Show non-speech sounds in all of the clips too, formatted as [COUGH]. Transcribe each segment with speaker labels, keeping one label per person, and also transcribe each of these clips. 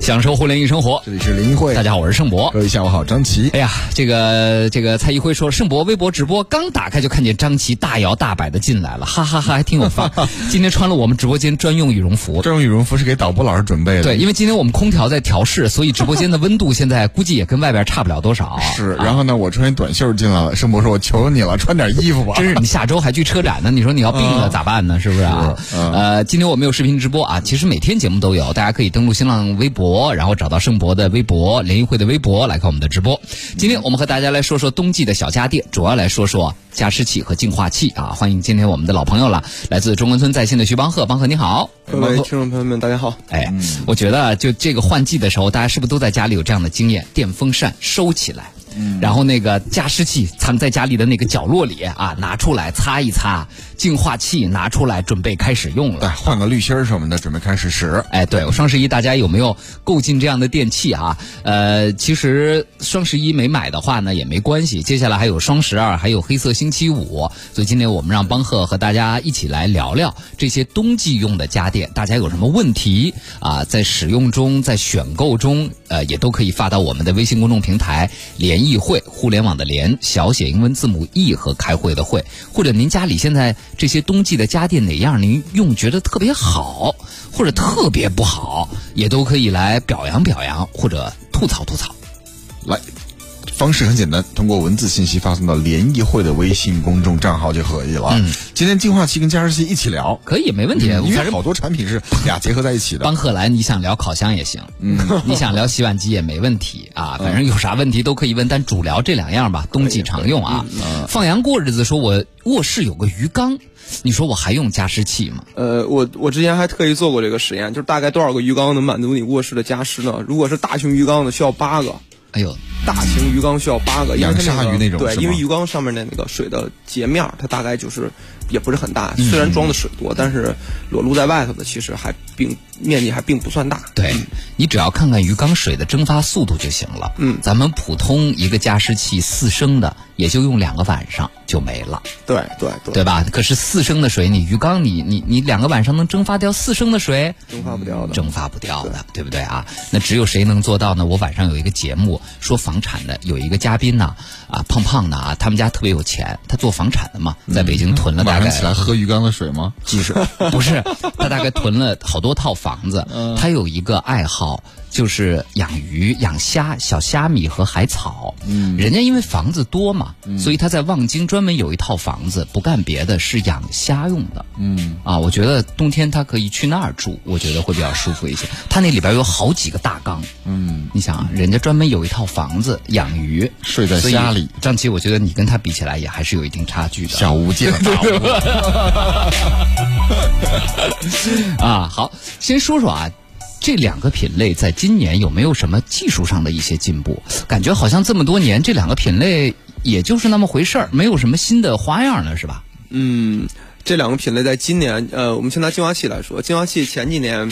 Speaker 1: 享受互联易生活。
Speaker 2: 这里是林慧，
Speaker 1: 大家好，我是盛博
Speaker 2: 各。位下午好，张琪。
Speaker 1: 哎呀，这个这个蔡一辉说，盛博微博直播刚打开就看见张琪大摇大摆的进来了，哈哈哈，还挺有范儿。今天穿了我们直播间专用羽绒服。
Speaker 2: 这种羽绒服是给导播老师准备的，
Speaker 1: 对，，因为今天我们空调在调试，所以直播间的温度现在估计也跟外边差不了多少。
Speaker 2: 是。然后呢，我穿一短袖进来了，盛博说：“我求你了，穿点衣服吧。”
Speaker 1: 真是你下周还去车展呢，你说你要病了咋办 [LAUGHS] 呢？是不是啊？呃，今天我们有视频直播啊，其实每天节目都有，大家可以登录新浪微博，然后找到盛博的微博、联谊会的微博来看我们的直播。今天我们和大家来说说冬季的小家电，主要来说说加湿器和净化器啊。欢迎今天我们的老朋友了，来自中关村在线的徐邦鹤，邦鹤你好。
Speaker 3: 各位听众朋友们，大家好。
Speaker 1: 哎，我觉得啊就这个换季的时候，大家是不是都在家里有这样的经验？电风扇收起来，然后那个加湿器藏在家里的那个角落里啊，拿出来擦一擦，净化器拿出来准备开始用
Speaker 2: 对，
Speaker 1: 了。
Speaker 2: 换个滤芯儿什么的，准备开始使。
Speaker 1: 哎，对，双十一大家有没有购进这样的电器啊？呃，其实双十一没买的话呢也没关系，接下来还有双十二，还有黑色星期五，所以今天我们让邦鹤和大家一起来聊聊这些冬季用的家电，大家有什么问题啊？在使用中，在选购中，呃，也都可以发到我们的微信公众平台“联谊会”，互联网的联，小写英文字母 e 和开会的会，或者您家里现在这些冬季的家电哪样您用觉得特别好，或者特别不好，也都可以来表扬表扬或者吐槽吐槽。
Speaker 2: 来，方式很简单，通过文字信息发送到联谊会的微信公众账号就可以了。今天净化器跟加湿器一起聊，嗯
Speaker 1: 可嗯以，没问题。
Speaker 2: 因
Speaker 1: 反
Speaker 2: 为
Speaker 1: 正
Speaker 2: 好多产品是俩结合在一起的。
Speaker 1: 邦克莱，你想聊烤箱也行，
Speaker 3: 嗯
Speaker 1: [LAUGHS] 你想聊洗碗机也没问题啊，反正有啥问题都可以问，但主聊这两样吧，冬季常用啊。
Speaker 3: 嗯
Speaker 1: 放羊过日子说，我卧室有个鱼缸，你说我还用加湿器吗？
Speaker 3: 呃，我我之前还特意做过这个实验，就是大概多少个鱼缸能满足你卧室的加湿呢？如果是大型鱼缸的，需要八个；
Speaker 1: 哎呦，
Speaker 3: 大型鱼缸需要八个，因为它
Speaker 2: 养鲨
Speaker 3: 个
Speaker 2: 鱼那种
Speaker 3: 对，
Speaker 2: 是吗
Speaker 3: 因为鱼缸上面的那个水的截面儿，它大概就是也不是很
Speaker 2: 嗯
Speaker 3: 大，虽然装的水多，但是裸露在外头的其实还并面积还并不算大。
Speaker 1: 对你只要看看鱼缸水的蒸发速度就行了。嗯，咱们普通一个加湿器四升的，也就用两个晚上就没了，
Speaker 3: 对对对，
Speaker 1: 对吧？可是四升的水，你鱼缸你你你两个晚上能蒸发掉四升的水，
Speaker 3: 蒸发不掉的。
Speaker 1: 蒸发不掉的，对不对啊？那只有谁能做到呢？我晚上有一个节目说房产的，有一个嘉宾呢，啊，胖胖的啊，他们家特别有钱，他做房产的嘛，在北京囤了大
Speaker 2: 晚上
Speaker 1: 概
Speaker 2: 起来喝鱼缸的水吗？
Speaker 1: 几
Speaker 2: [LAUGHS]
Speaker 1: 十，不是，他大概囤了好多套房子。
Speaker 2: 嗯
Speaker 1: 他有一个爱好，就是养鱼、养虾、小虾米和海草。嗯，人家因为房子多嘛，
Speaker 2: 嗯
Speaker 1: 所以他在望京专门有一套房子，不干别的，是养虾用的。嗯，啊，我觉得冬天他可以去那儿住，我觉得会比较舒服一些。他那里边有好几个大缸。嗯，你想啊，人家专门有一套房子养鱼，
Speaker 2: 睡在
Speaker 1: 所以
Speaker 2: 虾里。
Speaker 1: 张琪，我觉得你跟他比起来也还是有一定差距的。
Speaker 2: 小巫 [LAUGHS] 见大巫。
Speaker 1: [LAUGHS] 啊，好，先说说啊，这两个品类在今年有没有什么技术上的一些进步？感觉好像这么多年这两个品类也就是那么回事儿，没有什么新的花样了，是吧？
Speaker 3: 嗯，这两个品类在今年，呃，我们先拿净化器来说，净化器前几年，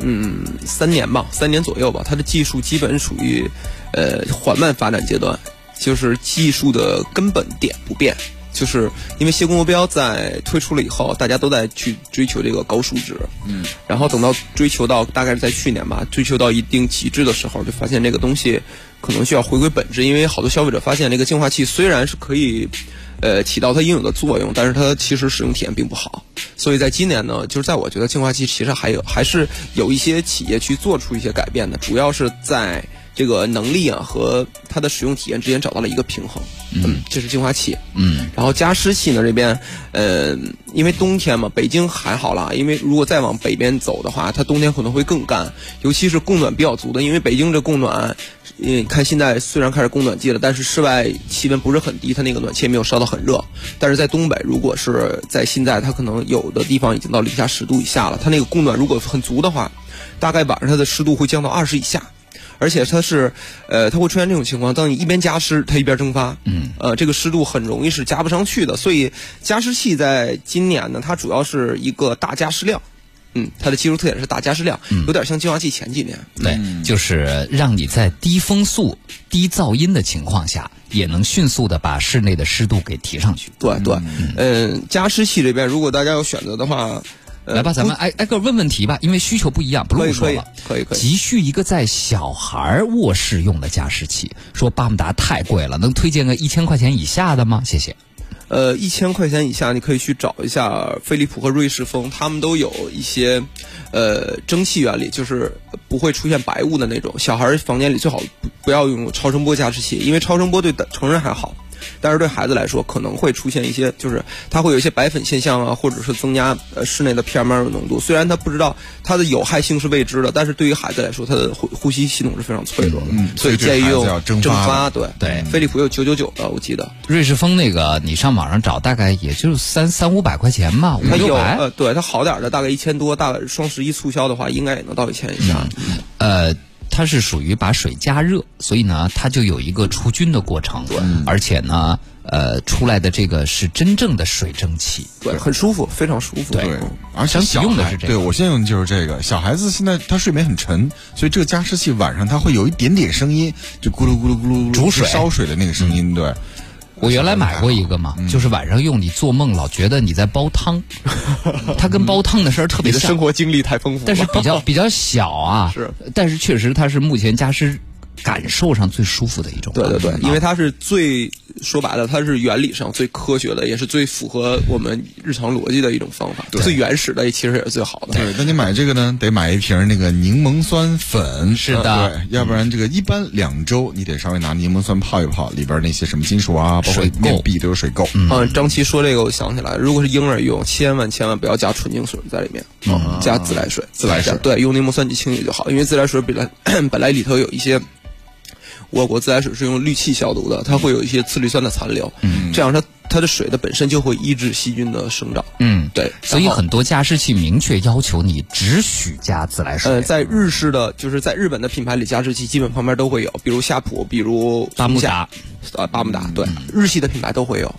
Speaker 3: 嗯，三年吧，三年左右吧，它的技术基本属于呃缓慢发展阶段，就是技术的根本点不变。就是因为谢公目标在推出了以后，大家都在去追求这个高数值，嗯，然后等到追求到大概是在去年吧，追求到一定极致的时候，就发现这个东西可能需要回归本质，因为好多消费者发现这个净化器虽然是可以呃起到它应有的作用，但是它其实使用体验并不好。所以在今年呢，就是在我觉得净化器其实还有还是有一些企业去做出一些改变的，主要是在这个能力啊和它的使用体验之间找到了一个平衡。嗯，这是净化器。
Speaker 1: 嗯，
Speaker 3: 然后加湿器呢这边，呃，因为冬天嘛，北京还好啦，因为如果再往北边走的话，它冬天可能会更干，尤其是供暖比较足的，因为北京这供暖，嗯，你看现在虽然开始供暖季了，但是室外气温不是很低，它那个暖气也没有烧到很热。但是在东北，如果是在现在，它可能有的地方已经到零下十度以下了，它那个供暖如果很足的话，大概晚上它的湿度会降到二十以下。而且它是，呃，它会出现这种情况：当你一边加湿，它一边蒸发，嗯，呃，这个湿度很容易是加不上去的。所以加湿器在今年呢，它主要是一个大加湿量，嗯，它的技术特点是大加湿量，
Speaker 1: 嗯
Speaker 3: 有点像净化器前几年，
Speaker 1: 对，就是让你在低风速、低噪音的情况下，也能迅速的把室内的湿度给提上去。
Speaker 3: 嗯对对，嗯，加湿器这边如果大家有选择的话，
Speaker 1: 来吧，咱们挨挨个问问题吧，因为需求不一样，不
Speaker 3: 可以
Speaker 1: 啰
Speaker 3: 可
Speaker 1: 嗦
Speaker 3: 以
Speaker 1: 了。
Speaker 3: 可以可以，
Speaker 1: 急需一个在小孩卧室用的加湿器，说巴慕达太贵了，能推荐个一千块钱以下的吗？谢谢。
Speaker 3: 呃，一千块钱以下你可以去找一下飞利浦和瑞士风，他们都有一些呃蒸汽原理，就是不会出现白雾的那种。小孩儿房间里最好不不要用超声波加湿器，因为超声波对的成人还好。但是对孩子来说，可能会出现一些，就是它会有一些白粉现象啊，或者是增加呃室内的 PM 二浓度。虽然他不知道它的有害性是未知的，但是对于孩子来说，他的呼呼吸系统是非常脆弱的，
Speaker 2: 嗯
Speaker 3: 所
Speaker 2: 所以
Speaker 3: 以
Speaker 2: 这个
Speaker 3: 建议
Speaker 2: 孩子
Speaker 3: 用
Speaker 2: 要蒸
Speaker 3: 蒸
Speaker 2: 发
Speaker 3: 发。对
Speaker 1: 对
Speaker 3: 飞利浦有九九九的，我记得
Speaker 1: 瑞士风那个，你上网上找，大概也就三三五百块钱吧，五
Speaker 3: 它
Speaker 1: 六
Speaker 3: 有
Speaker 1: 百。
Speaker 3: 呃，对它好点儿的大概一千多，大概双十一促销的话，应该也能到一千以下。
Speaker 1: 呃，它是属于把水加热，所以呢，它就有一个除菌的过程。而且呢，呃，出来的这个是真正的水蒸气。
Speaker 3: 对，很舒服，非常舒服。
Speaker 1: 对
Speaker 2: 对，而且
Speaker 1: 想
Speaker 2: 小
Speaker 1: 用的
Speaker 2: 孩
Speaker 1: 是这个
Speaker 2: 对我现在用的就是这个。小孩子现在他睡眠很沉，所以这个加湿器晚上它会有一点点声音，就咕噜咕噜咕噜咕噜
Speaker 1: 煮水嗯
Speaker 2: 是烧水的那个声音。对，
Speaker 1: 我原来买过一个嘛，
Speaker 3: 嗯
Speaker 1: 就是晚上用，你做梦老觉得你在煲
Speaker 3: [LAUGHS]
Speaker 1: 汤，它跟煲汤的声儿特别
Speaker 3: 你的
Speaker 1: 像
Speaker 3: 生。活经历太丰富了，
Speaker 1: 但
Speaker 3: 嗯
Speaker 1: 是比
Speaker 3: [LAUGHS]
Speaker 1: 较比较小啊，
Speaker 3: 是，
Speaker 1: 但是确实它是目前加湿感受上最舒服的一种吧。
Speaker 3: 对对对
Speaker 1: 啊，
Speaker 3: 因为它是最说白了，它是原理上最科学的，也是最符合我们日常逻辑的一种方法，最原始的，其实也是最好的。
Speaker 2: 对，那你买这个呢，得买一瓶那个柠檬酸粉。
Speaker 1: 是的
Speaker 2: 呃对，要不然这个一般两周你得稍微拿柠檬酸泡一泡，里边那些什么金属啊，包括
Speaker 1: 水垢
Speaker 2: 面壁都有水垢。
Speaker 3: 嗯，张琪说这个，我想起来，如果是婴儿用，千万千万不要加纯净水在里面，
Speaker 1: 哦
Speaker 3: 加自来水，
Speaker 2: 自来水
Speaker 3: 对，用柠檬酸去清理就好，因为自来水本来 [CLEARS THROAT] 本来里头有一些。我国自来水是用氯气消毒的，它会有一些次氯酸的残留，这样它它的水的本身就会抑制细菌的生长，
Speaker 1: 嗯，
Speaker 3: 对，
Speaker 1: 所以
Speaker 3: 然后
Speaker 1: 很多加湿器明确要求你只许加自来水。
Speaker 3: 呃，在日式的就是在日本的品牌里，加湿器基本旁边都会有，比如夏普，比如
Speaker 1: 巴慕
Speaker 3: 松下
Speaker 1: 达，嗯
Speaker 3: 啊，巴慕达，对，日系的品牌都会有。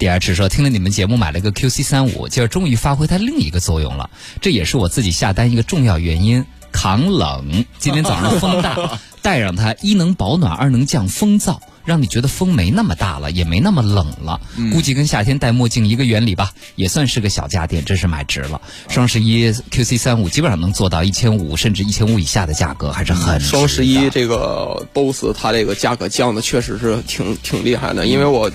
Speaker 1: 第二池说，听了你们节目买了个 QC 三五，今儿终于发挥它另一个作用了，这也是我自己下单一个重要原因。扛冷，今天早上风
Speaker 3: [LAUGHS]
Speaker 1: 大，带上它，一能保暖，二能降风燥，让你觉得风没那么大了，也没那么冷了。
Speaker 3: 嗯
Speaker 1: 估计跟夏天戴墨镜一个原理吧，也算是个小家电，真是买值了。双十一 QC 三五基本上能做到一千五甚至一千五以下的价格，还是很
Speaker 3: 嗯双十一
Speaker 1: 值的
Speaker 3: 这个 BOSS 它这个价格降的确实是挺挺厉害的，因为我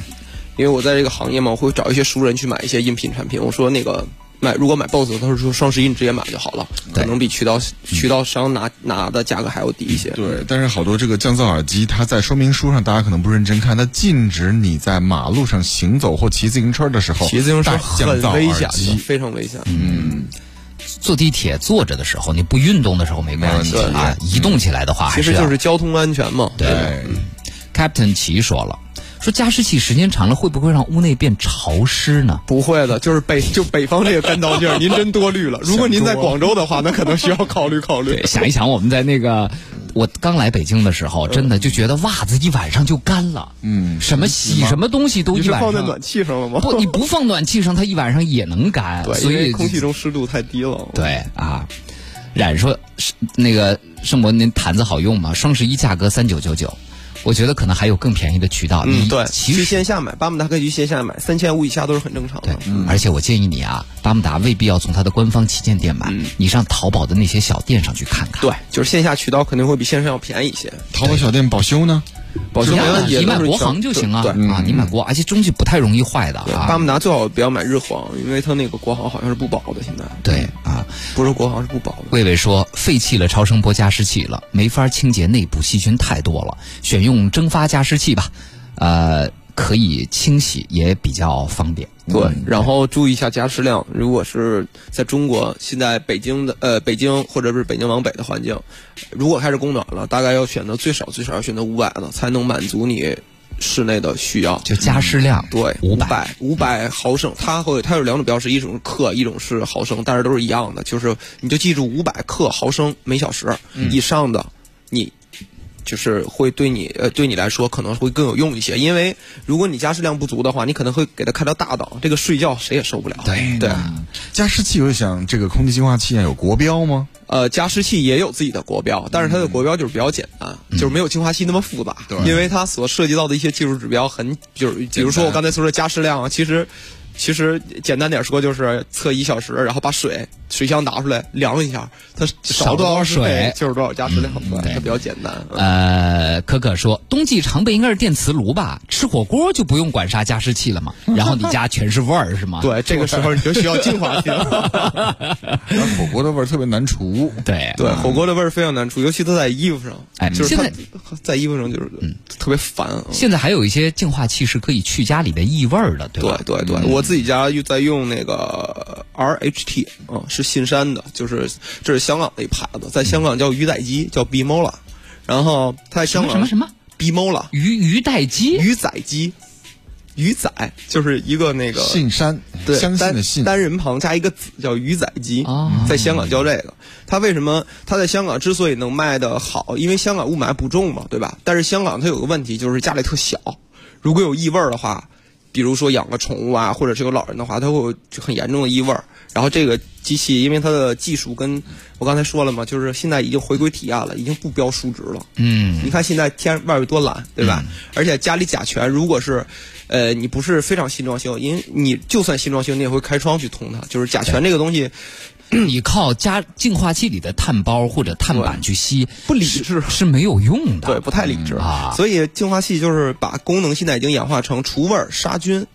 Speaker 3: 因为我在这个行业嘛，我会找一些熟人去买一些音频产品。我说那个买如果买 BOSS，他说双十一你直接买就好了，可能比渠道渠道商拿拿的价格还要低一些。
Speaker 2: 对，但是好多这个降噪耳机，它在说明书上大家可能不认真看，它禁止你在马路上行走或骑自行车的时候
Speaker 3: 骑自行车
Speaker 2: 戴降
Speaker 3: 很
Speaker 2: 噪
Speaker 3: 危
Speaker 2: 耳
Speaker 3: 险的，
Speaker 2: 机。
Speaker 3: 非常危险。
Speaker 1: 坐地铁坐着的时候，你不运动的时候没关系
Speaker 2: 没问题
Speaker 1: 啊，移动起来的话还
Speaker 3: 嗯其
Speaker 1: 是
Speaker 3: 实
Speaker 1: 要
Speaker 3: 就是交通安全嘛。对
Speaker 1: 嗯
Speaker 2: 对，
Speaker 1: Captain 齐说了，说加湿器时间长了会不会让屋内变潮湿呢？
Speaker 3: 不会的，就是北就北方这个干燥劲儿，您真多虑了。如果您在广州的话，那可能需要考虑考虑。
Speaker 1: 想一想，我们在那个我刚来北京的时
Speaker 3: 嗯
Speaker 1: 候，真的就觉得袜子一晚上就干了，
Speaker 2: 嗯，
Speaker 1: 什么洗什么东西都
Speaker 3: 你
Speaker 1: 一
Speaker 3: 是
Speaker 1: 晚
Speaker 3: 放在
Speaker 1: 上
Speaker 3: 暖气上了吗？
Speaker 1: 不，你不放暖气上，它一晚上也能干，
Speaker 3: 对，
Speaker 1: 所
Speaker 3: 因
Speaker 1: 以
Speaker 3: 为空气中湿度太低了。，
Speaker 1: 对啊。冉说，是那个盛博，您坛子好用吗？双十一价格三九九九，我觉得可能还有更便宜的渠道。
Speaker 3: 嗯，
Speaker 1: 你
Speaker 3: 对，
Speaker 1: 其
Speaker 3: 去
Speaker 1: 实
Speaker 3: 线下买，巴慕达可以去线下买，三千五以下都是很正常
Speaker 1: 对嗯
Speaker 3: 的。，
Speaker 1: 而且我建议你啊，巴慕达未必要从它的官方旗舰店买，你上淘宝的那些小店上去看看。
Speaker 3: 对，就是线下渠道肯定会比线上要便宜一些。
Speaker 2: 淘宝小店保修呢？
Speaker 3: 保
Speaker 1: 一
Speaker 3: 证
Speaker 1: 样的，
Speaker 3: 也
Speaker 1: 你
Speaker 3: 都
Speaker 1: 买
Speaker 3: 是
Speaker 1: 国
Speaker 3: 全
Speaker 1: 行就行啊
Speaker 3: 对，
Speaker 1: 啊，你买国，而且东西不太容易坏的
Speaker 3: 对巴
Speaker 1: 啊。
Speaker 3: 慕达最好不要买日皇，因为它那个国行好像是不保的，现在
Speaker 1: 对啊，
Speaker 3: 不是国行是不保的。
Speaker 1: 魏魏说废弃了超声波加湿器了，没法清洁内部细菌太多了，选用蒸发加湿器吧，呃，可以清洗也比较方便。
Speaker 3: 对，然后注意一下加湿量。如果是在中国，现在北京的呃北京或者是北京往北的环境，如果开始供暖了，大概要选择最少最少要选择五百的，才能满足你室内的需要。
Speaker 1: 就加湿量，
Speaker 3: 对，
Speaker 1: 五
Speaker 3: 五
Speaker 1: 百。
Speaker 3: 百五百毫升，它会它有两种标识，一种是克，一种是毫升，但是都是一样的，就是你就记住五百克毫升每小时
Speaker 1: 嗯
Speaker 3: 以上的，你就是会对你呃对你来说可能会更有用一些，因为如果你加湿量不足的话，你可能会给它开到大档，这个睡觉谁也受不了。
Speaker 1: 对嗯
Speaker 3: 对，
Speaker 2: 加湿器，我就想这个空气净化器啊有国标 [LAUGHS] 吗？
Speaker 3: 呃，加湿器也有自己的国标，但是它的国标就是比较简单，
Speaker 1: 嗯
Speaker 3: 就是没有净化器那么复杂。
Speaker 2: 对
Speaker 3: 因为它所涉及到的一些技术指标很，就是比如说我刚才说的加湿量啊，其实其实简单点说就是测一小时，然后把水水箱拿出来量一下，它
Speaker 1: 少
Speaker 3: 少
Speaker 1: 多
Speaker 3: 多
Speaker 1: 少
Speaker 3: 少
Speaker 1: 水
Speaker 3: 就是多少加十两
Speaker 1: 嗯
Speaker 3: 分，
Speaker 1: 对
Speaker 3: 它比较简单。嗯
Speaker 1: 呃，可可说，冬季常备应该是电磁炉吧？吃火锅就不用管啥加湿器了嘛？然后你家全是味儿是吗？
Speaker 3: 嗯 [LAUGHS] 对，这个时候你就需要净化
Speaker 1: [LAUGHS]
Speaker 3: 器了。
Speaker 2: 然后啊火锅的味儿特别难除。
Speaker 1: 对
Speaker 3: 对，火锅的味儿非常难除，尤其它在衣服上，
Speaker 1: 哎
Speaker 3: 就是
Speaker 1: 现
Speaker 3: 它
Speaker 1: 在
Speaker 3: 在衣服上就是特别烦。嗯
Speaker 1: 现在还有一些净化器是可以去家里的异味儿的，对
Speaker 3: 对
Speaker 1: 吧？嗯
Speaker 3: 对对，我自己家又在用那个 RHT，嗯，是信山的，就是这是香港的一牌子，在香港叫鱼仔鸡，叫 Bimola，然后它在
Speaker 1: 什
Speaker 3: 香
Speaker 1: 么嗯
Speaker 3: 港
Speaker 1: 什么什么
Speaker 3: ？Bimola
Speaker 1: 鱼鱼带鸡？
Speaker 3: 鱼仔鸡，鱼仔就是一个那个
Speaker 2: 信山，
Speaker 3: 对
Speaker 2: 相信
Speaker 3: 单
Speaker 2: 的信，
Speaker 3: 单人旁加一个子叫鱼仔鸡
Speaker 1: 哦，
Speaker 3: 在香港叫这个。它为什么它在香港之所以能卖的好，因为香港雾霾不重嘛，对吧？但是香港它有个问题就是家里特小，如果有异味儿的话，比如说养个宠物啊，或者是有老人的话，它会有很严重的异味儿。然后这个机器因为它的技术跟我刚才说了嘛，就是现在已经回归体验了，已经不标数值了。
Speaker 1: 嗯
Speaker 3: 你看现在天外边多蓝，对吧？而且家里甲醛，如果是，呃，你不是非常新装修，因为你就算新装修，你也会开窗去通它。就是甲醛这个东西
Speaker 1: 你靠加净化器里的碳包或者碳板去吸，
Speaker 3: 不理智
Speaker 1: 是是没有用的。
Speaker 3: 对不太理智，
Speaker 1: 啊
Speaker 3: 所以净化器就是把功能现在已经演化成除味儿、杀菌，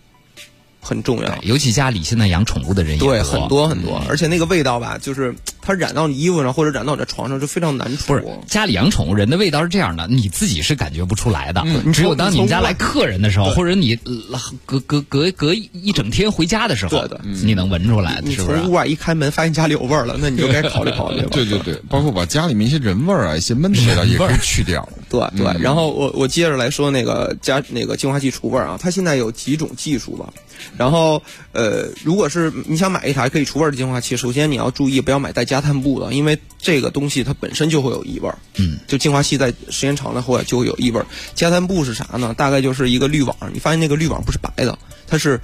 Speaker 3: 很重要。
Speaker 1: 尤其家里现在养宠物的哎人也
Speaker 3: 对，很
Speaker 1: 多嗯
Speaker 3: 多很多，而且那个味道吧，就是它染到你衣服上或者染到你的床上，就非常难除。
Speaker 1: 不是家里养宠物人的味道是这样的，你自己是感觉不出来的。
Speaker 3: 你
Speaker 1: 只有当你们家
Speaker 3: 嗯从
Speaker 1: 来客人的时候，或者你呃隔隔隔隔一整天回家的时候，
Speaker 3: 对对
Speaker 1: 你能闻出来，
Speaker 3: 你
Speaker 1: 是不是
Speaker 3: 从屋？外一开门，发现家里有味儿了，那你就该考虑
Speaker 1: [LAUGHS]
Speaker 3: 考虑了。
Speaker 2: 对对对，包括把家里面一些人味儿啊、一些闷的味道也可以去掉。 [LAUGHS]
Speaker 3: 对对，然后我我接着来说那个加那个净化器除味儿啊，它现在有几种技术吧。然后呃，如果是你想买一台可以除味儿的净化器，首先你要注意不要买带加碳布的，因为这个东西它本身就会有异味儿。
Speaker 1: 嗯，
Speaker 3: 就净化器在时间长了后就会有异味儿。加碳布是啥呢？大概就是一个滤网，你发现那个滤网不是白的，它是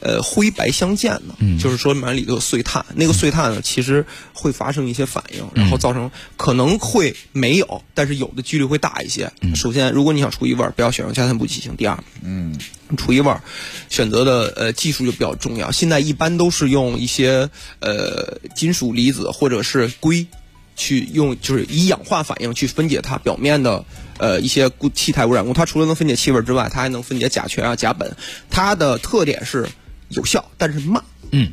Speaker 3: 呃灰白相间的，就是说满里头有碎碳。那个碎碳呢，其实会发生一些反应，然后造成可能会没有，但是有的几率会大一些。首先，如果你想除异味儿，不要选用加碳布机型。第二，
Speaker 2: 嗯，
Speaker 3: 除异味儿，选择的呃技术就比较重要。现在一般都是用一些呃金属离子或者是硅，去用就是以氧化反应去分解它表面的呃一些固气态污染物。它除了能分解气味之外，它还能分解甲醛啊、甲苯。它的特点是有效，但是慢。
Speaker 1: 嗯，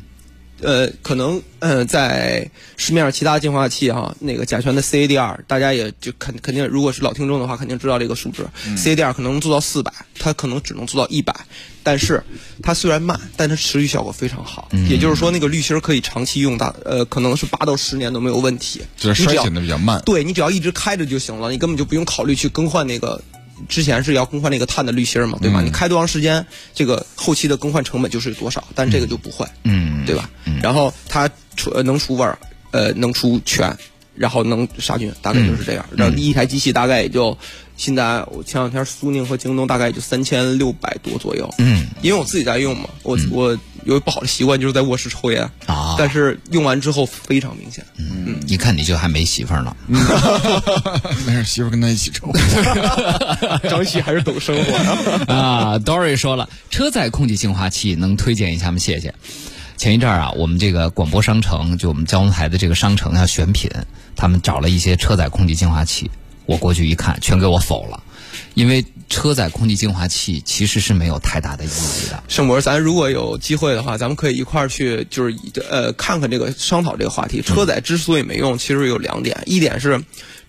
Speaker 3: 呃，可能呃，在市面上其他净化器哈、那个甲醛的 CADR，大家也就肯肯定，如果是老听众的话，肯定知道这个数值。CADR
Speaker 2: 嗯
Speaker 3: 可能能做到四百，它可能只能做到一百，但是它虽然慢，但它持续效果非常好。
Speaker 2: 嗯
Speaker 3: 也就是说，那个滤芯儿可以长期用大，呃，可能是八到十年都没有问题。
Speaker 2: 就是
Speaker 3: 你
Speaker 2: 衰
Speaker 3: 只要
Speaker 2: 减的比较 [LAUGHS] 慢。
Speaker 3: 对你只要一直开着就行了，你根本就不用考虑去更换那个。之前是要更换那个碳的滤芯儿嘛，对
Speaker 2: 嗯
Speaker 3: 吧？你开多长时间，这个后期的更换成本就是多少，但这个就不会，
Speaker 1: 嗯，
Speaker 3: 对吧？然后它除呃能除味儿，呃能除醛，然后能杀菌，大概
Speaker 1: 嗯
Speaker 3: 就是这样。然后第一台机器大概也就现在，我前两天苏宁和京东大概也就三千六百多左右。
Speaker 1: 嗯，
Speaker 3: 因为我自己在用嘛，我、我有一不好的习惯就是在卧室抽烟，
Speaker 1: 啊，
Speaker 3: 但是用完之后非常
Speaker 1: [LAUGHS]
Speaker 3: 明显。
Speaker 1: 一看你就还没媳妇儿呢。
Speaker 2: 没事，媳妇儿跟他一起 [LAUGHS] 抽。
Speaker 3: 张旭还是懂生活
Speaker 1: [LAUGHS]
Speaker 3: 啊。
Speaker 1: 啊，Dory 说了，车载空气净化器能推荐一下吗？谢谢。前一阵儿啊，我们这个广播商城，就我们交通台的这个商城要选品，他们找了一些车载空气净化器，我过去一看，全给我否了，因为车载空气净化器其实是没有太大的意义的。
Speaker 3: 盛博，咱如果有机会的话，咱们可以一块儿去，就是呃，看看这个商讨这个话题。车载之所以没用，其实有两点，一点是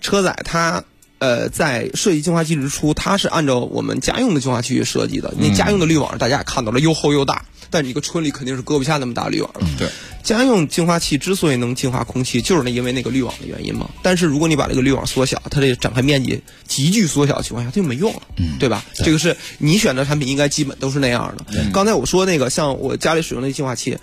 Speaker 3: 车载它。呃，在设计净化器之初，它是按照我们家用的净化器去设计的。那家用的滤网大家也看到了，又厚又大，但你一个车里肯定是搁不下那么大滤网了。
Speaker 2: 对，
Speaker 3: 家用净化器之所以能净化空气，就是那因为那个滤网的原因嘛。但是如果你把这个滤网缩小，它这个展开面积急剧缩小的情况下，它就没用了，对吧？这个是你选的产品应该基本都是那样的。刚才我说那个，像我家里使用的净化器。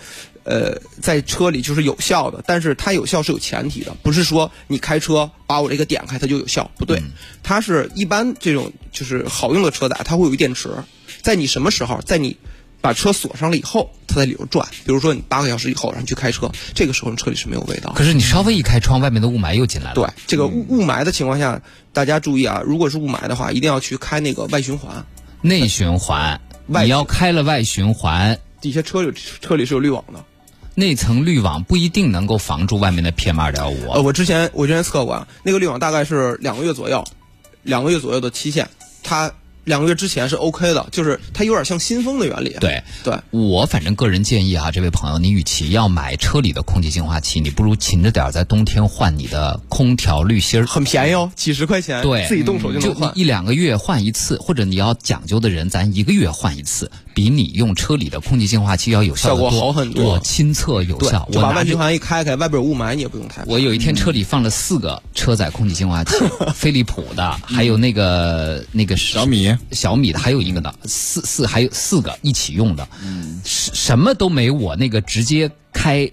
Speaker 3: 呃，在车里就是有效的，但是它有效是有前提的，不是说你开车把我这个点开它就有效，不对，它是一般这种就是好用的车载，它会有一电池，在你什么时候，在你把车锁上了以后，它在里头转。比如说你八个小时以后，然后你去开车，这个时候你车里是没有味道的。
Speaker 1: [LAUGHS] 可是你稍微一开窗，外面的雾霾又进来了。
Speaker 3: 对，这个雾雾霾的情况下，大家注意啊，如果是雾霾的话，一定要去开那个外循环。
Speaker 1: 内循环，
Speaker 3: 外
Speaker 1: 你要开了外循环，
Speaker 3: 底下车有车里是有滤网的。
Speaker 1: 那层滤网不一定能够防住外面的 PM 二点
Speaker 3: 呃，
Speaker 1: 五。
Speaker 3: 我之前我之前测过啊，那个滤网大概是两个月左右，两个月左右的期限，它两个月之前是 OK 的，就是它有点像新风的原理。
Speaker 1: 对，
Speaker 3: 对，
Speaker 1: 我反正个人建议啊，这位朋友，你与其要买车里的空气净化器，你不如勤着点儿在冬天换你的空调滤芯儿。
Speaker 3: 很便宜哦，几十块钱，
Speaker 1: 对嗯
Speaker 3: 自己动手就
Speaker 1: 就
Speaker 3: 能换。
Speaker 1: 一两个月换一次，或者你要讲究的人，咱一个月换一次，比你用车里的空气净化器要有效得
Speaker 3: 效果好很多
Speaker 1: 我亲测有
Speaker 3: 对
Speaker 1: 效，，
Speaker 3: 就
Speaker 1: 我
Speaker 3: 把
Speaker 1: 拿
Speaker 3: 万
Speaker 1: 着
Speaker 3: 循环一开开，外边有雾霾你也不用太怕。
Speaker 1: 我有一天车里放了四个车载空气净化器，飞利浦的，还有那个那个
Speaker 2: 小米
Speaker 1: 小米的，还有一个呢，四四还有四个一起用的，什什么都没我那个直接开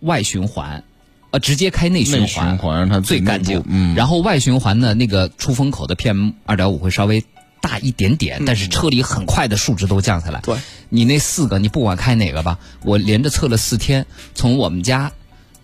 Speaker 1: 外循环，呃，直接开内
Speaker 2: 内循环让它
Speaker 1: 最
Speaker 2: 内部
Speaker 1: 干净。
Speaker 2: 嗯，
Speaker 1: 然后外循环呢，那个出风口的 PM 二点五会稍微大一点点，但是车里很快的数值都降下来。
Speaker 3: 对，
Speaker 1: 你那四个，你不管开哪个吧，我连着测了四天，从我们家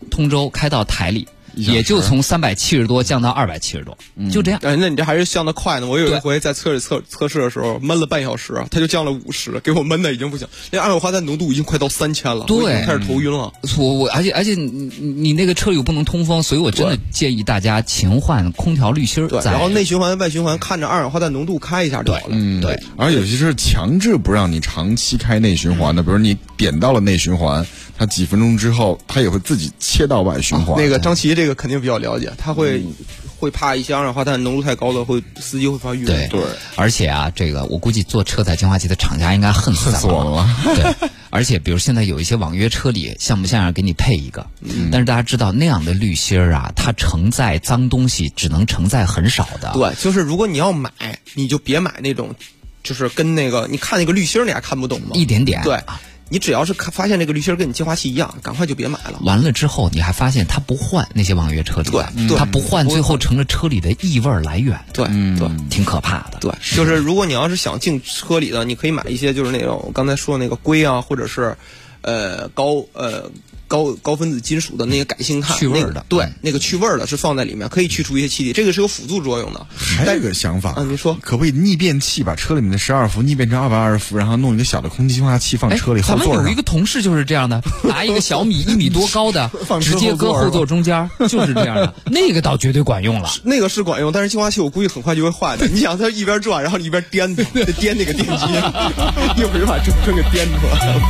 Speaker 1: 通州开到台里，
Speaker 2: 一小时
Speaker 1: 也就从三百七十多降到二百七十多，就这样。
Speaker 3: 哎，那你这还是降的快呢。我有一
Speaker 1: 对
Speaker 3: 回在测试测测试的时候，闷了半小时，它就降了五十，给我闷的已经不行。那二氧化碳浓度已经快到三千了，
Speaker 1: 对
Speaker 3: 我已经开始头晕了。
Speaker 1: 我我而且而且你你你那个车又不能通风，所以我真的
Speaker 3: 对
Speaker 1: 建议大家勤换空调滤芯儿。
Speaker 3: 对，
Speaker 1: 嗯在
Speaker 3: 然后内循环、外循环看着二氧化碳浓度开一下就
Speaker 1: 对
Speaker 3: 好了。
Speaker 1: 嗯对。
Speaker 2: 而有些是强制不让你长期开内循环的，比如你点到了内循环，它几分钟之后，它也会自己切到外循环。
Speaker 3: 那个张琪这个肯定比较了解，他会、
Speaker 1: 嗯
Speaker 3: 会怕一些二氧化碳浓度太高了，会司机会发晕。
Speaker 1: 对
Speaker 2: 对，
Speaker 1: 而且啊，这个我估计做车载净化器的厂家应该恨死
Speaker 2: 恨
Speaker 1: 咱
Speaker 2: 死
Speaker 1: 们
Speaker 2: 我们了。
Speaker 1: [LAUGHS] 对，而且比如现在有一些网约车里，像不像样给你配一个？
Speaker 2: 嗯
Speaker 1: 但是大家知道那样的滤芯儿啊，它承载脏东西只能承载很少的。
Speaker 3: 对，就是如果你要买，你就别买那种，就是跟那个你看那个滤芯儿你还看不懂吗？
Speaker 1: 一点点。
Speaker 3: 对，你只要是看发现这个滤芯儿跟你净化器一样，赶快就别买了。
Speaker 1: 完了之后，你还发现它不换那些网约车里的，
Speaker 3: 对对
Speaker 1: 它不换，最后成了车里的异味儿来源，
Speaker 3: 对、对。
Speaker 1: 挺可怕的。
Speaker 3: 对，就是如果你要是想进车里的，你可以买一些就是那种我刚才说的那个硅啊，或者是，呃高呃高高分子金属的那个改性碳
Speaker 1: 去味儿的嗯
Speaker 3: 那个对，那个去味儿的是放在里面，可以去除一些气体，这个是有辅助作用的。
Speaker 2: 还有一个想法
Speaker 3: 啊您说
Speaker 2: 可不可以逆变器把车里面的十二伏逆变成二百二十伏，然后弄一个小的空气净化器放
Speaker 1: 哎
Speaker 2: 车里后
Speaker 1: 咱们
Speaker 2: 座
Speaker 1: 有
Speaker 2: 上
Speaker 1: 一？个同事就是这
Speaker 2: [LAUGHS]
Speaker 1: 样的，拿一个小米一米多高的
Speaker 2: 放，车
Speaker 1: 直接搁
Speaker 2: 后座
Speaker 1: 后座中间儿，就是这样
Speaker 2: [LAUGHS]
Speaker 1: 的。那个倒绝对管用了。
Speaker 3: 那个是管用，但是净化器我估计很快就会坏的。 [LAUGHS] 你想，它一边转，然后你一边颠 [LAUGHS] 它，颠那个电机，一会儿就把车给颠出来了。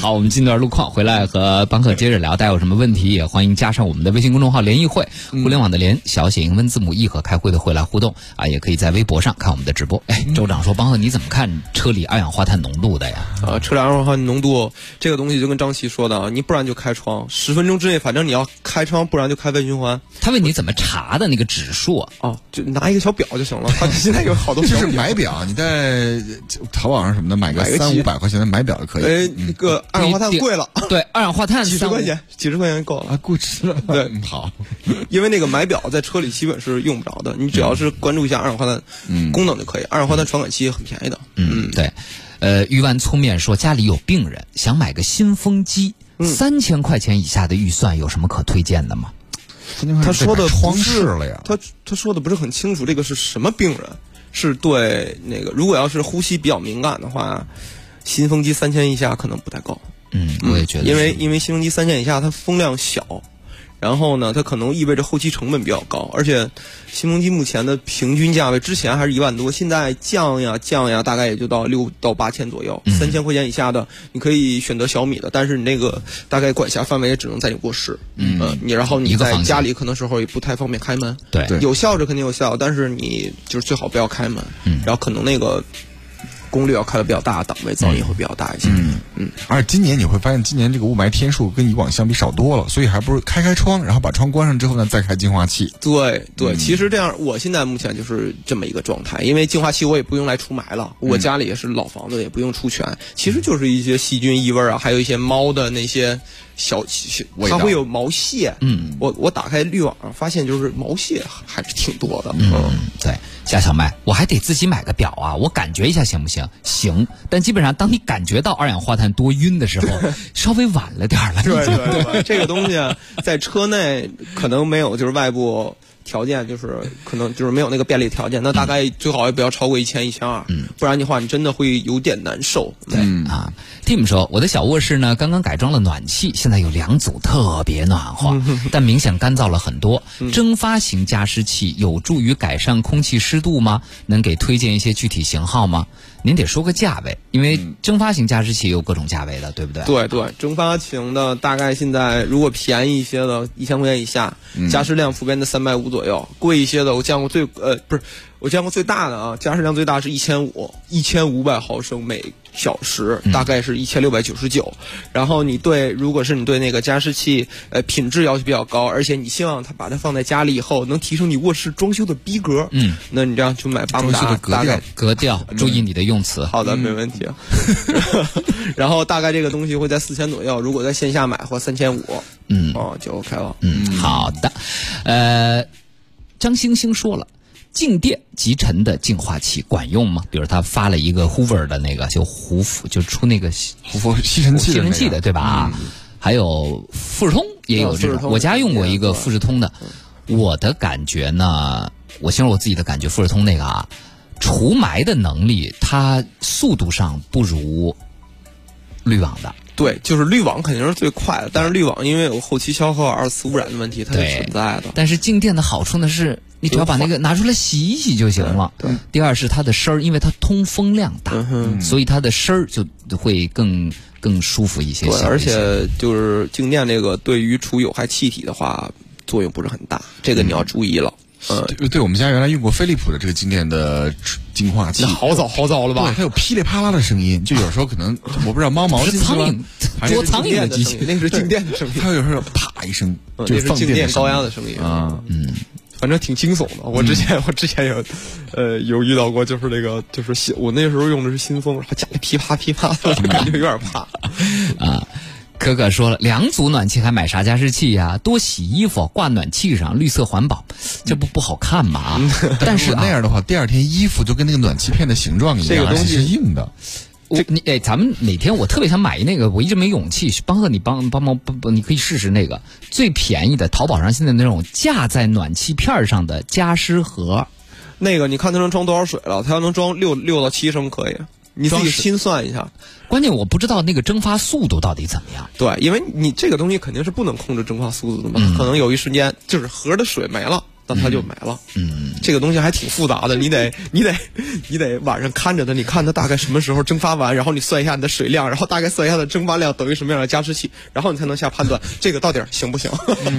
Speaker 1: 好，我们进段路况，回来和邦克接着聊。大家有什么问题，也欢迎加上我们的微信公众号“联谊会”，
Speaker 3: 嗯
Speaker 1: 互联网的联，小写英文字母 e 和开会的会来互动啊，也可以在微博上看我们的直播。哎，
Speaker 3: 嗯
Speaker 1: 州长说，邦克你怎么看车里二氧化碳浓度的呀？
Speaker 3: [LAUGHS] 啊，车辆二氧化碳浓度这个东西就跟张琪说的啊，你不然就开窗，十分钟之内，反正你要开窗，不然就开外循环。
Speaker 1: 他问你怎么查的那个指数啊？
Speaker 3: 哦，就拿一个小表就行 [LAUGHS] 了。他现在有好多
Speaker 2: [LAUGHS] 就
Speaker 3: 小
Speaker 2: 是
Speaker 3: 表。
Speaker 2: 买表，你在淘宝上什么的买个
Speaker 3: 买个
Speaker 2: 三
Speaker 3: 几
Speaker 2: 五百块钱的买表就可以嗯
Speaker 3: 呃，那个二氧化碳贵了，
Speaker 1: 对，二氧化碳
Speaker 3: [LAUGHS] 几十块，钱，几十块钱够了。
Speaker 2: 啊，过时了。
Speaker 3: 对
Speaker 2: 嗯好，
Speaker 3: 因为那个买表在车里基本是用不着的，你只要是关注一下二氧化碳功能就可以。二氧化碳传感器很便宜的，
Speaker 1: 嗯，对。呃，鱼丸粗面说家里有病人，想买个新风机，
Speaker 3: 嗯
Speaker 1: 三千块钱以下的预算有什么可推荐的吗？嗯
Speaker 3: 他说的
Speaker 2: 窗
Speaker 3: 不是
Speaker 2: 饰了呀，
Speaker 3: 他他说的不是很清楚，这个是什么病人？是对那个，如果要是呼吸比较敏感的话，新风机三千以下可能不太够。
Speaker 1: 嗯，我也觉得是，
Speaker 3: 因为因为新风机三线以下它风量小，然后呢，它可能意味着后期成本比较高，而且新风机目前的平均价位之前还是一万多，现在降呀降呀，大概也就到六到八千左
Speaker 1: 嗯
Speaker 3: 右，三千块钱以下的你可以选择小米的，但是你那个大概管辖范围也只能在你卧室，嗯、你然后
Speaker 1: 一
Speaker 3: 你
Speaker 1: 个
Speaker 3: 在
Speaker 1: 房间
Speaker 3: 家里可能时候也不太方便开门，
Speaker 1: 对
Speaker 2: 对
Speaker 3: 有效是肯定有效，但是你就是最好不要开门，嗯、然后可能那个。功率要开的比较大，档位噪音会比较大一些。
Speaker 2: 而且今年你会发现，今年这个雾霾天数跟以往相比少多了，所以还不如开开窗，然后把窗关上之后呢，再开净化器。
Speaker 3: 对对，其实这样，我现在目前就是这么一个状态，因为净化器我也不用来除霾了，我家里也是老房子，也不用除醛，其实就是一些细菌异味啊，还有一些猫的那些小小，
Speaker 2: 味
Speaker 3: 它
Speaker 2: 道
Speaker 3: 会有毛屑，嗯，我我打开滤网发现就是毛屑还是挺多的，嗯，
Speaker 1: 嗯，对，夏小麦，我还得自己买个表啊，我感觉一下行不行？行，但基本上当你感觉到二氧化碳多晕的时候，
Speaker 3: [LAUGHS]
Speaker 1: 稍微晚了点儿了。
Speaker 3: 对对对，这个东西啊在车内可能没有就是外部。条件就是可能就是没有那个便利条件，那大概最好也不要超过一千一千二，不然的话你真的会有点难受。对，
Speaker 1: 啊，Tim 说，我的小卧室呢，刚刚改装了暖气，现在有两组，特别暖和，
Speaker 3: 嗯
Speaker 1: 但明显干燥了很多。蒸发型加湿器有助于改善空气湿度吗？能给推荐一些具体型号吗？您得说个价位，因为蒸发型加湿器也有各种价位的，对不对？
Speaker 3: 嗯对对，蒸发型的大概现在如果便宜一些的，一千块钱以下，
Speaker 2: 嗯
Speaker 3: 加湿量普遍在三百五左右。贵一些的，我见过最呃不是，我见过最大的啊，加湿量最大是一千五，一千五百毫升每小时，
Speaker 2: 嗯
Speaker 3: 大概是一千六百九十九。然后你对，如果是你对那个加湿器呃品质要求比较高，而且你希望它把它放在家里以后能提升你卧室装修的逼格，嗯，那你这样去买巴慕
Speaker 2: 装修的，格
Speaker 3: 达大
Speaker 2: 调
Speaker 3: 概嗯
Speaker 1: 格调，注意你的用词。
Speaker 3: 好的，没问题。 [LAUGHS] 然后大概这个东西会在四千左右，如果在线下买或三千五，嗯，哦，就 OK 了。
Speaker 1: 嗯，好的，呃，张星星说了。静电集尘的净化器管用吗？比如他发了一个 Hoover 的那个，就胡服就出那个
Speaker 2: 胡佛吸尘器
Speaker 1: 吸
Speaker 2: 的那
Speaker 1: 尘
Speaker 2: 个
Speaker 1: 器的，对吧？啊，还有富士通也有
Speaker 3: 嗯
Speaker 1: 这
Speaker 3: 富士
Speaker 1: 种，
Speaker 3: 通
Speaker 1: 我家用过一个
Speaker 3: 也有
Speaker 1: 富士通的。我的感觉呢，我形容我自己的感觉，富士通那个啊，除霾的能力，它速度上不如滤网的。
Speaker 3: 对，就是滤网肯定是最快的，但是滤网因为有后期消耗、二次污染的问题，它是
Speaker 1: 对
Speaker 3: 存在的。
Speaker 1: 但是静电的好处呢是，你只要把那个拿出来洗一洗就行了。对。第二是它的声儿，因为它通风量大，
Speaker 3: 嗯
Speaker 1: 嗯所以它的声儿就会更更舒服一些。
Speaker 3: 对，
Speaker 1: 小
Speaker 3: 而
Speaker 1: 一些
Speaker 3: 且就是静电这个对于除有害气体的话，作用不是很大，这个你要注意了。嗯，
Speaker 2: 对对，我们家原来用过飞利浦的这个经典的净化器，
Speaker 1: 好早好早了
Speaker 2: 对，它有噼里啪啦的声音，就有时候可能我不知道猫毛
Speaker 1: 不是
Speaker 2: 进去
Speaker 1: 苍
Speaker 2: 了
Speaker 1: 蝇，
Speaker 2: 还是
Speaker 1: 捉苍蝇
Speaker 3: 静
Speaker 1: 的
Speaker 3: 电的
Speaker 1: 机器
Speaker 3: 声音，。那是静电的声音，
Speaker 2: 它有时候啪一声，
Speaker 3: 嗯
Speaker 2: 就
Speaker 3: 那
Speaker 2: 是
Speaker 3: 是
Speaker 2: 放
Speaker 3: 静
Speaker 2: 电
Speaker 3: 电高压
Speaker 2: 的
Speaker 3: 的声音
Speaker 2: 声音啊。嗯
Speaker 3: 反正挺惊悚的。我之前、我之前有，呃，有遇到过，就是那个就是新，我那时候用的是新风，然后家里噼啪噼啪的，我就感
Speaker 2: 嗯
Speaker 3: 觉有点怕。
Speaker 1: 可可说了，两组暖气还买啥加湿器呀、多洗衣服，挂暖气上，绿色环保，这不不好看吗？啊，但
Speaker 2: 如
Speaker 1: 是
Speaker 2: 果那
Speaker 1: 啊，
Speaker 2: 样的话，第二天衣服就跟那个暖气片的形状一
Speaker 3: 这
Speaker 2: 样，
Speaker 3: 个
Speaker 2: 而
Speaker 3: 东
Speaker 2: 且
Speaker 3: 西
Speaker 2: 是硬的。
Speaker 1: 我你哎，咱们哪天我特别想买那个，我一直没勇气。帮哥，你帮帮忙帮帮，你可以试试那个最便宜的，淘宝上现在那种架在暖气片儿上的加湿盒，
Speaker 3: 那个你看它能装多少水了？它要能装六六到七升可以，你自己
Speaker 1: 装水
Speaker 3: 心算一下。
Speaker 1: 关键我不知道那个蒸发速度到底怎么样。
Speaker 3: 对，因为你这个东西肯定是不能控制蒸发速度的
Speaker 2: 嗯
Speaker 3: 嘛，可能有一瞬间就是盒的水没了。那它就没了。嗯，这个东西还挺复杂的，
Speaker 2: [LAUGHS]
Speaker 3: 你得，你得，你得晚上看着它，你看它大概什么时候蒸发完，然后你算一下你的水量，然后大概算一下它的蒸发量等于什么样的加湿器，然后你才能下判
Speaker 2: [LAUGHS]
Speaker 3: 断这个到底儿行不行。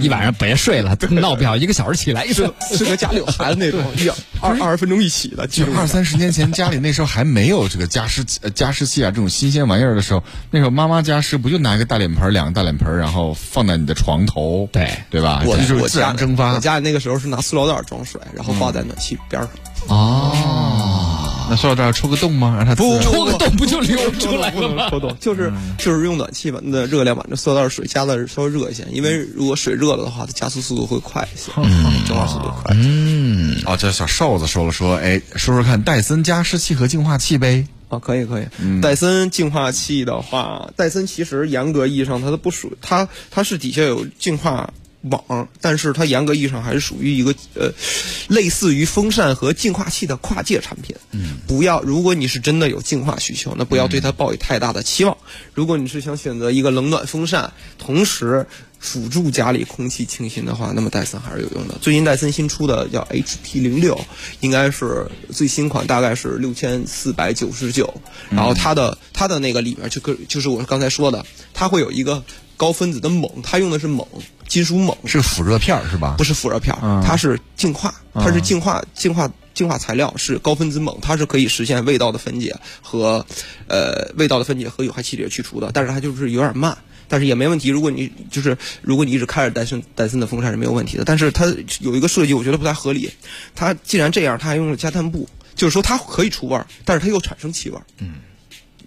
Speaker 1: 一晚上别睡了，闹不好一个小时起来一
Speaker 3: 适
Speaker 1: 次
Speaker 3: 合。适合家里有孩子那种，一二二十分钟一起的，
Speaker 2: 就
Speaker 3: 记住
Speaker 2: 二三十年前，家里那时候还没有这个加湿器、呃加湿器啊这种新鲜玩意儿的时候，那时候妈妈加湿不就拿一个大脸盆儿、两个大脸盆儿，然后放在你的床头，
Speaker 1: 对
Speaker 2: 对吧？
Speaker 3: 我
Speaker 2: 这就是
Speaker 3: 我
Speaker 2: 自
Speaker 3: 家
Speaker 2: 然蒸发
Speaker 3: 我。家里那个时候是拿塑料袋装水，然后挂在暖气边上。
Speaker 1: 哦，
Speaker 2: 那塑料袋儿戳个洞吗？让它自然
Speaker 1: 戳个洞不就流出来
Speaker 3: 不
Speaker 1: 了吗嗯
Speaker 3: 能？戳洞，就是就是用暖气把那热量把那塑料袋水加的稍微热一些，因为如果水热了的话，它加速速度会快一些，蒸发速度快。
Speaker 1: 嗯
Speaker 2: 哦，这小哨子说了说，哎，说说看戴森加湿器和净化器呗。
Speaker 3: 啊，可以可以。
Speaker 1: 嗯
Speaker 3: 戴森净化器的话，戴森其实严格意义上它都不属，它它是底下有净化网，但是它严格意义上还是属于一个呃，类似于风扇和净化器的跨界产品。嗯，不要，如果你是真的有净化需求，那不要对它
Speaker 1: 嗯
Speaker 3: 抱有太大的期望。如果你是想选择一个冷暖风扇，同时。辅助家里空气清新的话，那么戴森还是有用的。最近戴森新出的叫 HP 零六，应该是最新款，大概是六千四百九十九。然后它的它的那个里面就跟就是我刚才说的，它会有一个高分子的锰，它用的是锰，金属锰，
Speaker 2: 是辅热片儿是吧？
Speaker 3: 不是复热片儿，它是净化，它是净化净化净化材料，是高分子锰，它是可以实现味道的分解和呃味道的分解和有害气体的去除的，但是它就是有点慢。但是也没问题，如果你就是如果你一直开着戴森戴森的风扇是没有问题的，但是它有一个设计我觉得不太合理，它既然这样，它还用了加碳布，就是说它可以除味儿，但是它又产生气味儿，嗯，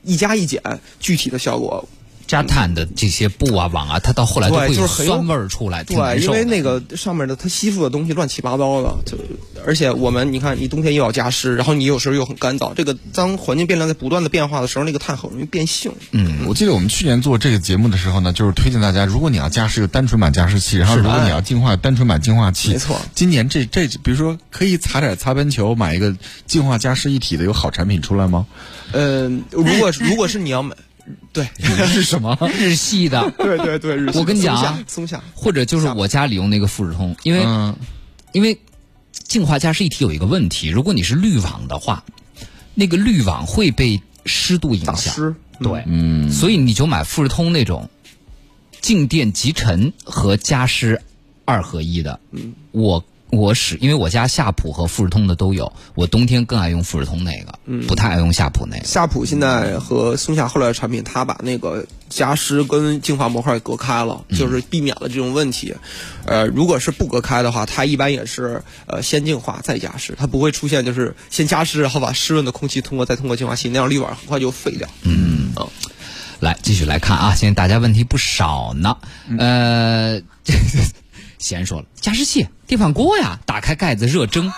Speaker 3: 一加一减，具体的效果
Speaker 1: 加碳的这些布啊、网啊，它到后来都
Speaker 3: 对
Speaker 1: 会
Speaker 3: 就是很有
Speaker 1: 酸味儿出来，挺难
Speaker 3: 对，因
Speaker 1: 受的。
Speaker 3: [LAUGHS] 为那个上面的它吸附的东西乱七八糟的，就而且我们你看，你冬天又要加湿，然后你有时候又很干燥，这个当环境变量在不断的变化的时候，那个碳很容易变性。
Speaker 2: 嗯我记得我们去年做这个节目的时候呢，就是推荐大家，如果你要加湿，就单纯买加湿器；然后如果你要净化，单纯买净化器。
Speaker 3: 没错
Speaker 2: 今年这这，比如说可以擦点擦边球，买一个净化加湿一体的，有好产品出来吗？
Speaker 3: 嗯、如果如果是你要买，对
Speaker 1: [LAUGHS] 是什么？日系的，
Speaker 3: [LAUGHS] 对对对，日系
Speaker 1: 我跟你讲啊
Speaker 3: 松下松下
Speaker 1: 或者就是我家里用那个富士通，因为、
Speaker 2: 嗯，
Speaker 1: 因为净化加湿一体有一个问题，如果你是滤网的话，那个滤网会被湿度影
Speaker 3: 打
Speaker 1: 响，
Speaker 3: 湿，
Speaker 1: 对，嗯，所以你就买富士通那种静电集尘和加湿二合一的。嗯，我我使，因为我家夏普和富士通的都有，我冬天更爱用富士通那个，不太爱用夏普那个。
Speaker 3: 夏普现在和松下后来的产品，它把那个加湿跟净化模块隔开了，就是避免了这种问题。呃，如果是不隔开的话，它一般也是呃先净化再加湿，它不会出现就是先加湿，然后把湿润的空气通过再通过净化器，那样滤网很快就废掉。嗯啊，
Speaker 1: 来，继续来看啊，现在大家问题不少呢。呃， [LAUGHS] 贤说了，加湿器、电饭锅呀，打开盖子热蒸，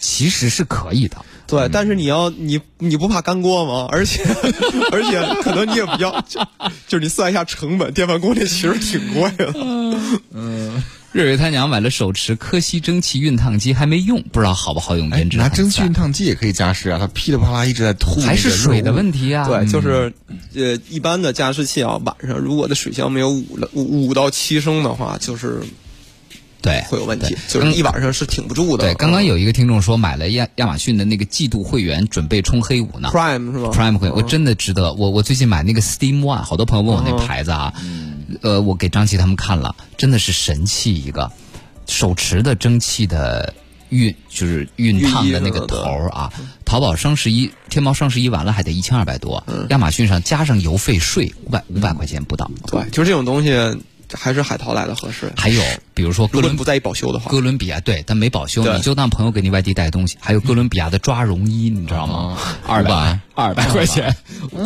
Speaker 1: 其实是可以的。
Speaker 3: 对，但是你要你你不怕干锅吗？而且而且可能你也不要，就就是你算一下成本，电饭锅那其实挺贵的。
Speaker 1: 瑞瑞他娘买了手持科西蒸汽熨烫机，还没用，不知道好不好用，
Speaker 2: 哎
Speaker 1: 颜，值
Speaker 2: 拿
Speaker 1: 很
Speaker 2: 蒸汽
Speaker 1: 赞
Speaker 2: 熨烫机也可以加湿啊，它噼里啪啦一直在吐，
Speaker 1: 还是水的问
Speaker 2: 题。
Speaker 1: 题啊。
Speaker 3: 对，就是
Speaker 2: 嗯
Speaker 3: 呃，一般的加湿器啊，晚上如果的水箱没有五了五五到七升的话，就是
Speaker 1: 对，
Speaker 3: 会有问题
Speaker 1: 对，嗯
Speaker 3: 就是一晚上是挺不住的。
Speaker 1: 对，刚刚有一个听众说买了亚亚马逊的那个季度会员，准备冲黑五呢。
Speaker 3: Prime 是吗
Speaker 1: Prime 会员，我真的值得。我我最近买那个 Steam One，好多朋友问我那牌子啊，呃，我给张琪他们看了，真的是神器一个，手持的蒸汽的熨就是熨烫的那个头儿啊。淘宝双十一、天猫双十一完了还得一千二百多，亚马逊上加上邮费税五百五百块钱不到。
Speaker 3: 对，就是这种东西还是海淘来的合适。
Speaker 1: 还有比如说哥
Speaker 3: 如果
Speaker 1: 伦
Speaker 3: 你
Speaker 1: 布。
Speaker 3: 不在意保修的话，
Speaker 1: 哥伦比亚对，但没保修，
Speaker 3: 对
Speaker 1: 你就当朋友给你外地带东西。还有哥伦比亚的抓绒衣，你知道
Speaker 3: 嗯
Speaker 1: 吗？二百二百块钱，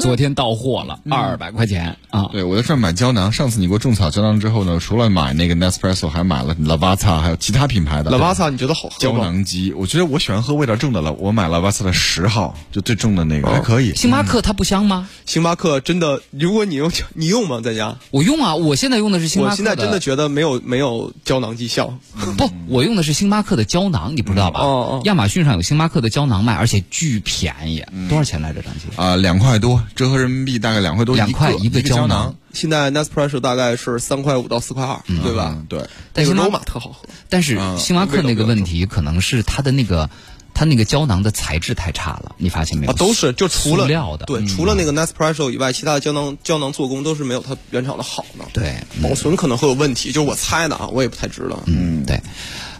Speaker 1: 昨天到货了，
Speaker 3: 嗯
Speaker 1: 二百块钱啊！
Speaker 2: 对，我在这儿买胶囊。上次你给我种草胶囊之后呢，除了买那个 Nespresso，还买了 Lavazza，还有其他品
Speaker 1: [LAUGHS]
Speaker 2: 牌的
Speaker 3: 老巴萨你觉得好喝
Speaker 2: 胶
Speaker 3: 吗？
Speaker 2: 囊机。我觉得我喜欢喝味道重的了，我买 Lavazza 的十号，就最重的那
Speaker 1: 哦
Speaker 2: 个，还哎可以。
Speaker 1: 星巴克它不香吗？
Speaker 3: 星巴克真的，如果你用 [LAUGHS] 你用吗？在家，
Speaker 1: 我用啊，我现在用的是星巴
Speaker 3: 我
Speaker 1: 克
Speaker 3: 现在真的觉得没有没有胶囊绩效。
Speaker 1: 不，我用的是星巴克的胶囊，你不知道吧？
Speaker 3: 嗯哦哦
Speaker 1: 亚马逊上有星巴克的胶囊卖，而且巨便宜，
Speaker 3: 嗯
Speaker 1: 多少钱来着？张姐，
Speaker 2: 啊、两块多，折合人民币大概两块多
Speaker 1: 两块
Speaker 2: 一
Speaker 1: 一个
Speaker 2: 个
Speaker 1: 胶
Speaker 2: 胶
Speaker 1: 囊。
Speaker 3: 现在 Nespresso 大概是三块五到四块二，对吧？
Speaker 2: 嗯对，
Speaker 1: 但
Speaker 3: 那
Speaker 1: 星
Speaker 3: 个
Speaker 1: 巴
Speaker 3: 罗马特好喝，
Speaker 1: 但是星巴克那个问题可能是它的那个。它那个胶囊的材质太差了，你发现没有？
Speaker 3: 啊，都是就除了
Speaker 1: 塑料的，嗯
Speaker 3: 对，除了那个 Nespresso 以外，其他的胶囊胶囊做工都是没有它原厂的好呢。
Speaker 1: 对，嗯
Speaker 3: 保存可能会有问题，就是我猜的啊，我也不太知道。
Speaker 1: 嗯，对，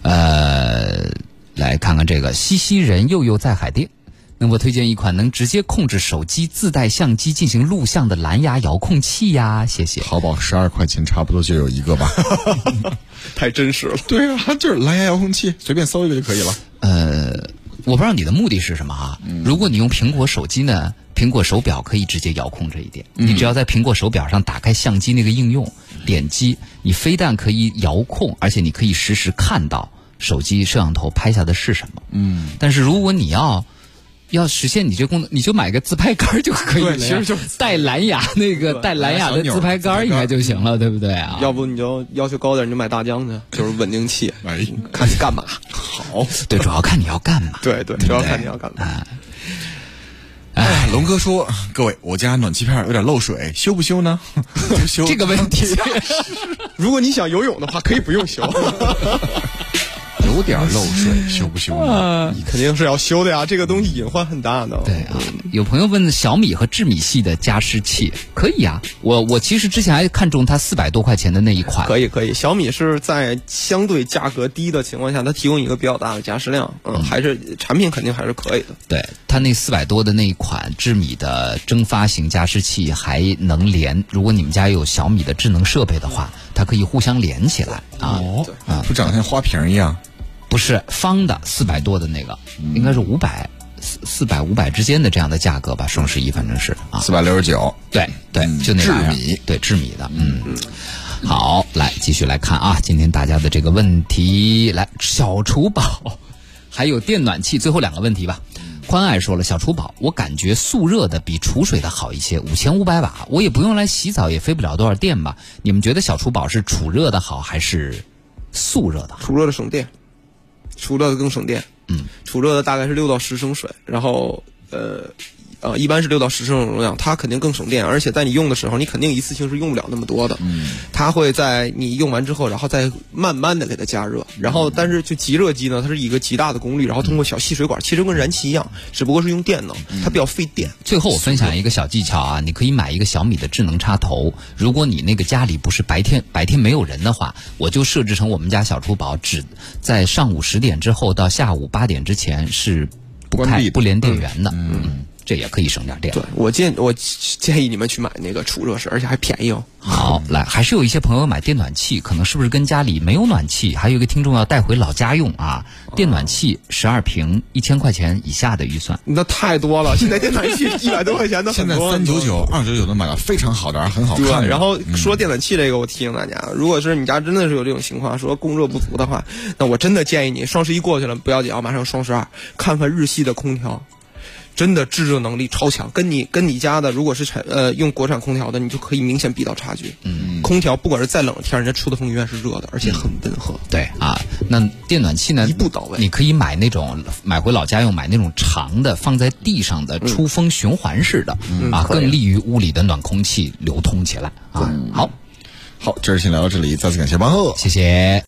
Speaker 1: 呃，来看看这个西西人佑佑在海淀。能否推荐一款能直接控制手机自带相机进行录像的蓝牙遥控器呀？谢谢。
Speaker 2: 淘宝十二块钱差不多就有一个吧。
Speaker 3: 太真实了。
Speaker 2: [LAUGHS] 对啊，就是蓝牙遥控器，随便搜一个就可以了。
Speaker 1: 呃，我不知道你的目的是什么哈、
Speaker 2: 嗯
Speaker 1: 如果你用苹果手机呢，苹果手表可以直接遥控这一点。
Speaker 2: 嗯
Speaker 1: 你只要在苹果手表上打开相机那个应用，点击，你非但可以遥控，而且你可以实时看到手机摄像头拍下的是什么。嗯，但是如果你要要实现你这功能，你就买个自拍杆儿就可以了呀。
Speaker 3: 对其实就
Speaker 1: 带蓝牙那个带蓝牙的自拍杆儿应该就行了，对不对啊？
Speaker 3: 要不你就要求高点，你就买大疆去，就是稳定器，
Speaker 2: 哎，
Speaker 3: 看你
Speaker 1: [LAUGHS]
Speaker 3: 干嘛。
Speaker 2: 好，
Speaker 1: 对，主要看你要干嘛。
Speaker 3: 对对，主要看你要干嘛。
Speaker 1: 哎
Speaker 2: 哎，龙哥说，各位，我家暖气片有点漏水，修不修呢？ [LAUGHS] 不修。
Speaker 1: 这个问
Speaker 2: [LAUGHS]
Speaker 1: 题
Speaker 3: 如果你想游泳的话，可以不
Speaker 1: [LAUGHS]
Speaker 3: 用修，
Speaker 2: 有点漏水，修不修
Speaker 1: [LAUGHS]
Speaker 2: 呢？
Speaker 1: 呃
Speaker 3: 你肯定是要修的呀。这个东西隐患很大的。
Speaker 1: 对啊，有朋友问小米和智米系的加湿器，可以啊。我我其实之前还看中它四百多块钱的那一款，
Speaker 3: 可以可以，小米是在相对价格低的情况下，它提供一个比较大的加湿量，嗯，还是产品肯定还是可以的。
Speaker 1: 对它那四百多的那一款智米的蒸发型加湿器还能连，如果你们家有小米的智能设备的话，它可以互相连起来啊。
Speaker 2: 哦，不长得像花瓶一样？
Speaker 1: 不是方的四百多的那个，应该是五百四四百五百之间的这样的价格吧，双十一反正是啊，
Speaker 2: 四百六十九，
Speaker 1: 对对
Speaker 2: 嗯，
Speaker 1: 就那玩意儿
Speaker 2: 制米
Speaker 1: 对制米的，嗯。好，来继续来看啊，今天大家的这个问题，来小厨宝，还有电暖器，最后两个问题吧。宽爱说了，小厨宝，我感觉速热的比储水的好一些，五千五百瓦，我也不用来洗澡，也费不了多少电吧？你们觉得小厨宝是储热的好还是速热的好？
Speaker 3: 储热的省电，储热的更省电。
Speaker 1: 嗯，
Speaker 3: 储热的大概是六到十升水，然后呃呃，一般是六到十升容量，它肯定更省电，而且在你用的时候，你肯定一次性是用不了那么多的。嗯，它会在你用完之后，然后再慢慢的给它加热，然后但是就极热机呢，它是以一个极大的功率，然后通过小细水管，其实跟燃气一样，只不过是用电能，它比较费电。
Speaker 1: 最后我分享一个小技巧啊，你可以买一个小米的智能插头。如果你那个家里不是白天白天没有人的话，我就设置成我们家小厨宝只在上午十点之后到下午八点之前是不
Speaker 2: 关闭
Speaker 1: 开
Speaker 2: 的
Speaker 1: 不连电源的。嗯，这也可以省点电
Speaker 3: 对。我建我建议你们去买那个储热式，而且还便宜哦。
Speaker 1: 好，来，还是有一些朋友买电暖器，可能是不是跟家里没有暖气？还有一个听众要带回老家用啊，电暖器十二平一千块钱以下的预算。
Speaker 3: 那太多了，现在电暖器一百多块钱的
Speaker 2: 现
Speaker 3: 很
Speaker 2: 在
Speaker 3: 多
Speaker 2: 三
Speaker 3: 很多
Speaker 2: 九九、二九九能买到非常好的，而很好看嗯的。
Speaker 3: 对，然后说电暖器这个，我提醒大家，如果是你家真的是有这种情况，说供热不足的话，那我真的建议你双十一过去了不要紧啊，马上双十二，看看日系的空调。真的制热能力超强，跟你跟你家的如果是产呃用国产空调的，你就可以明显比到差距。嗯，空调不管是再冷的天儿，人家出的风永远是热的，而且很温和。
Speaker 1: 对啊，那电暖器呢？
Speaker 2: 嗯
Speaker 3: 一步到位
Speaker 1: 你可以买那种买回老家用，买那种长的，放在地上的出风循环式的、啊，更利于屋里的暖空气流通起来啊。好，
Speaker 2: 好，这儿先聊到这里，再次感谢王鹤。
Speaker 1: 谢谢。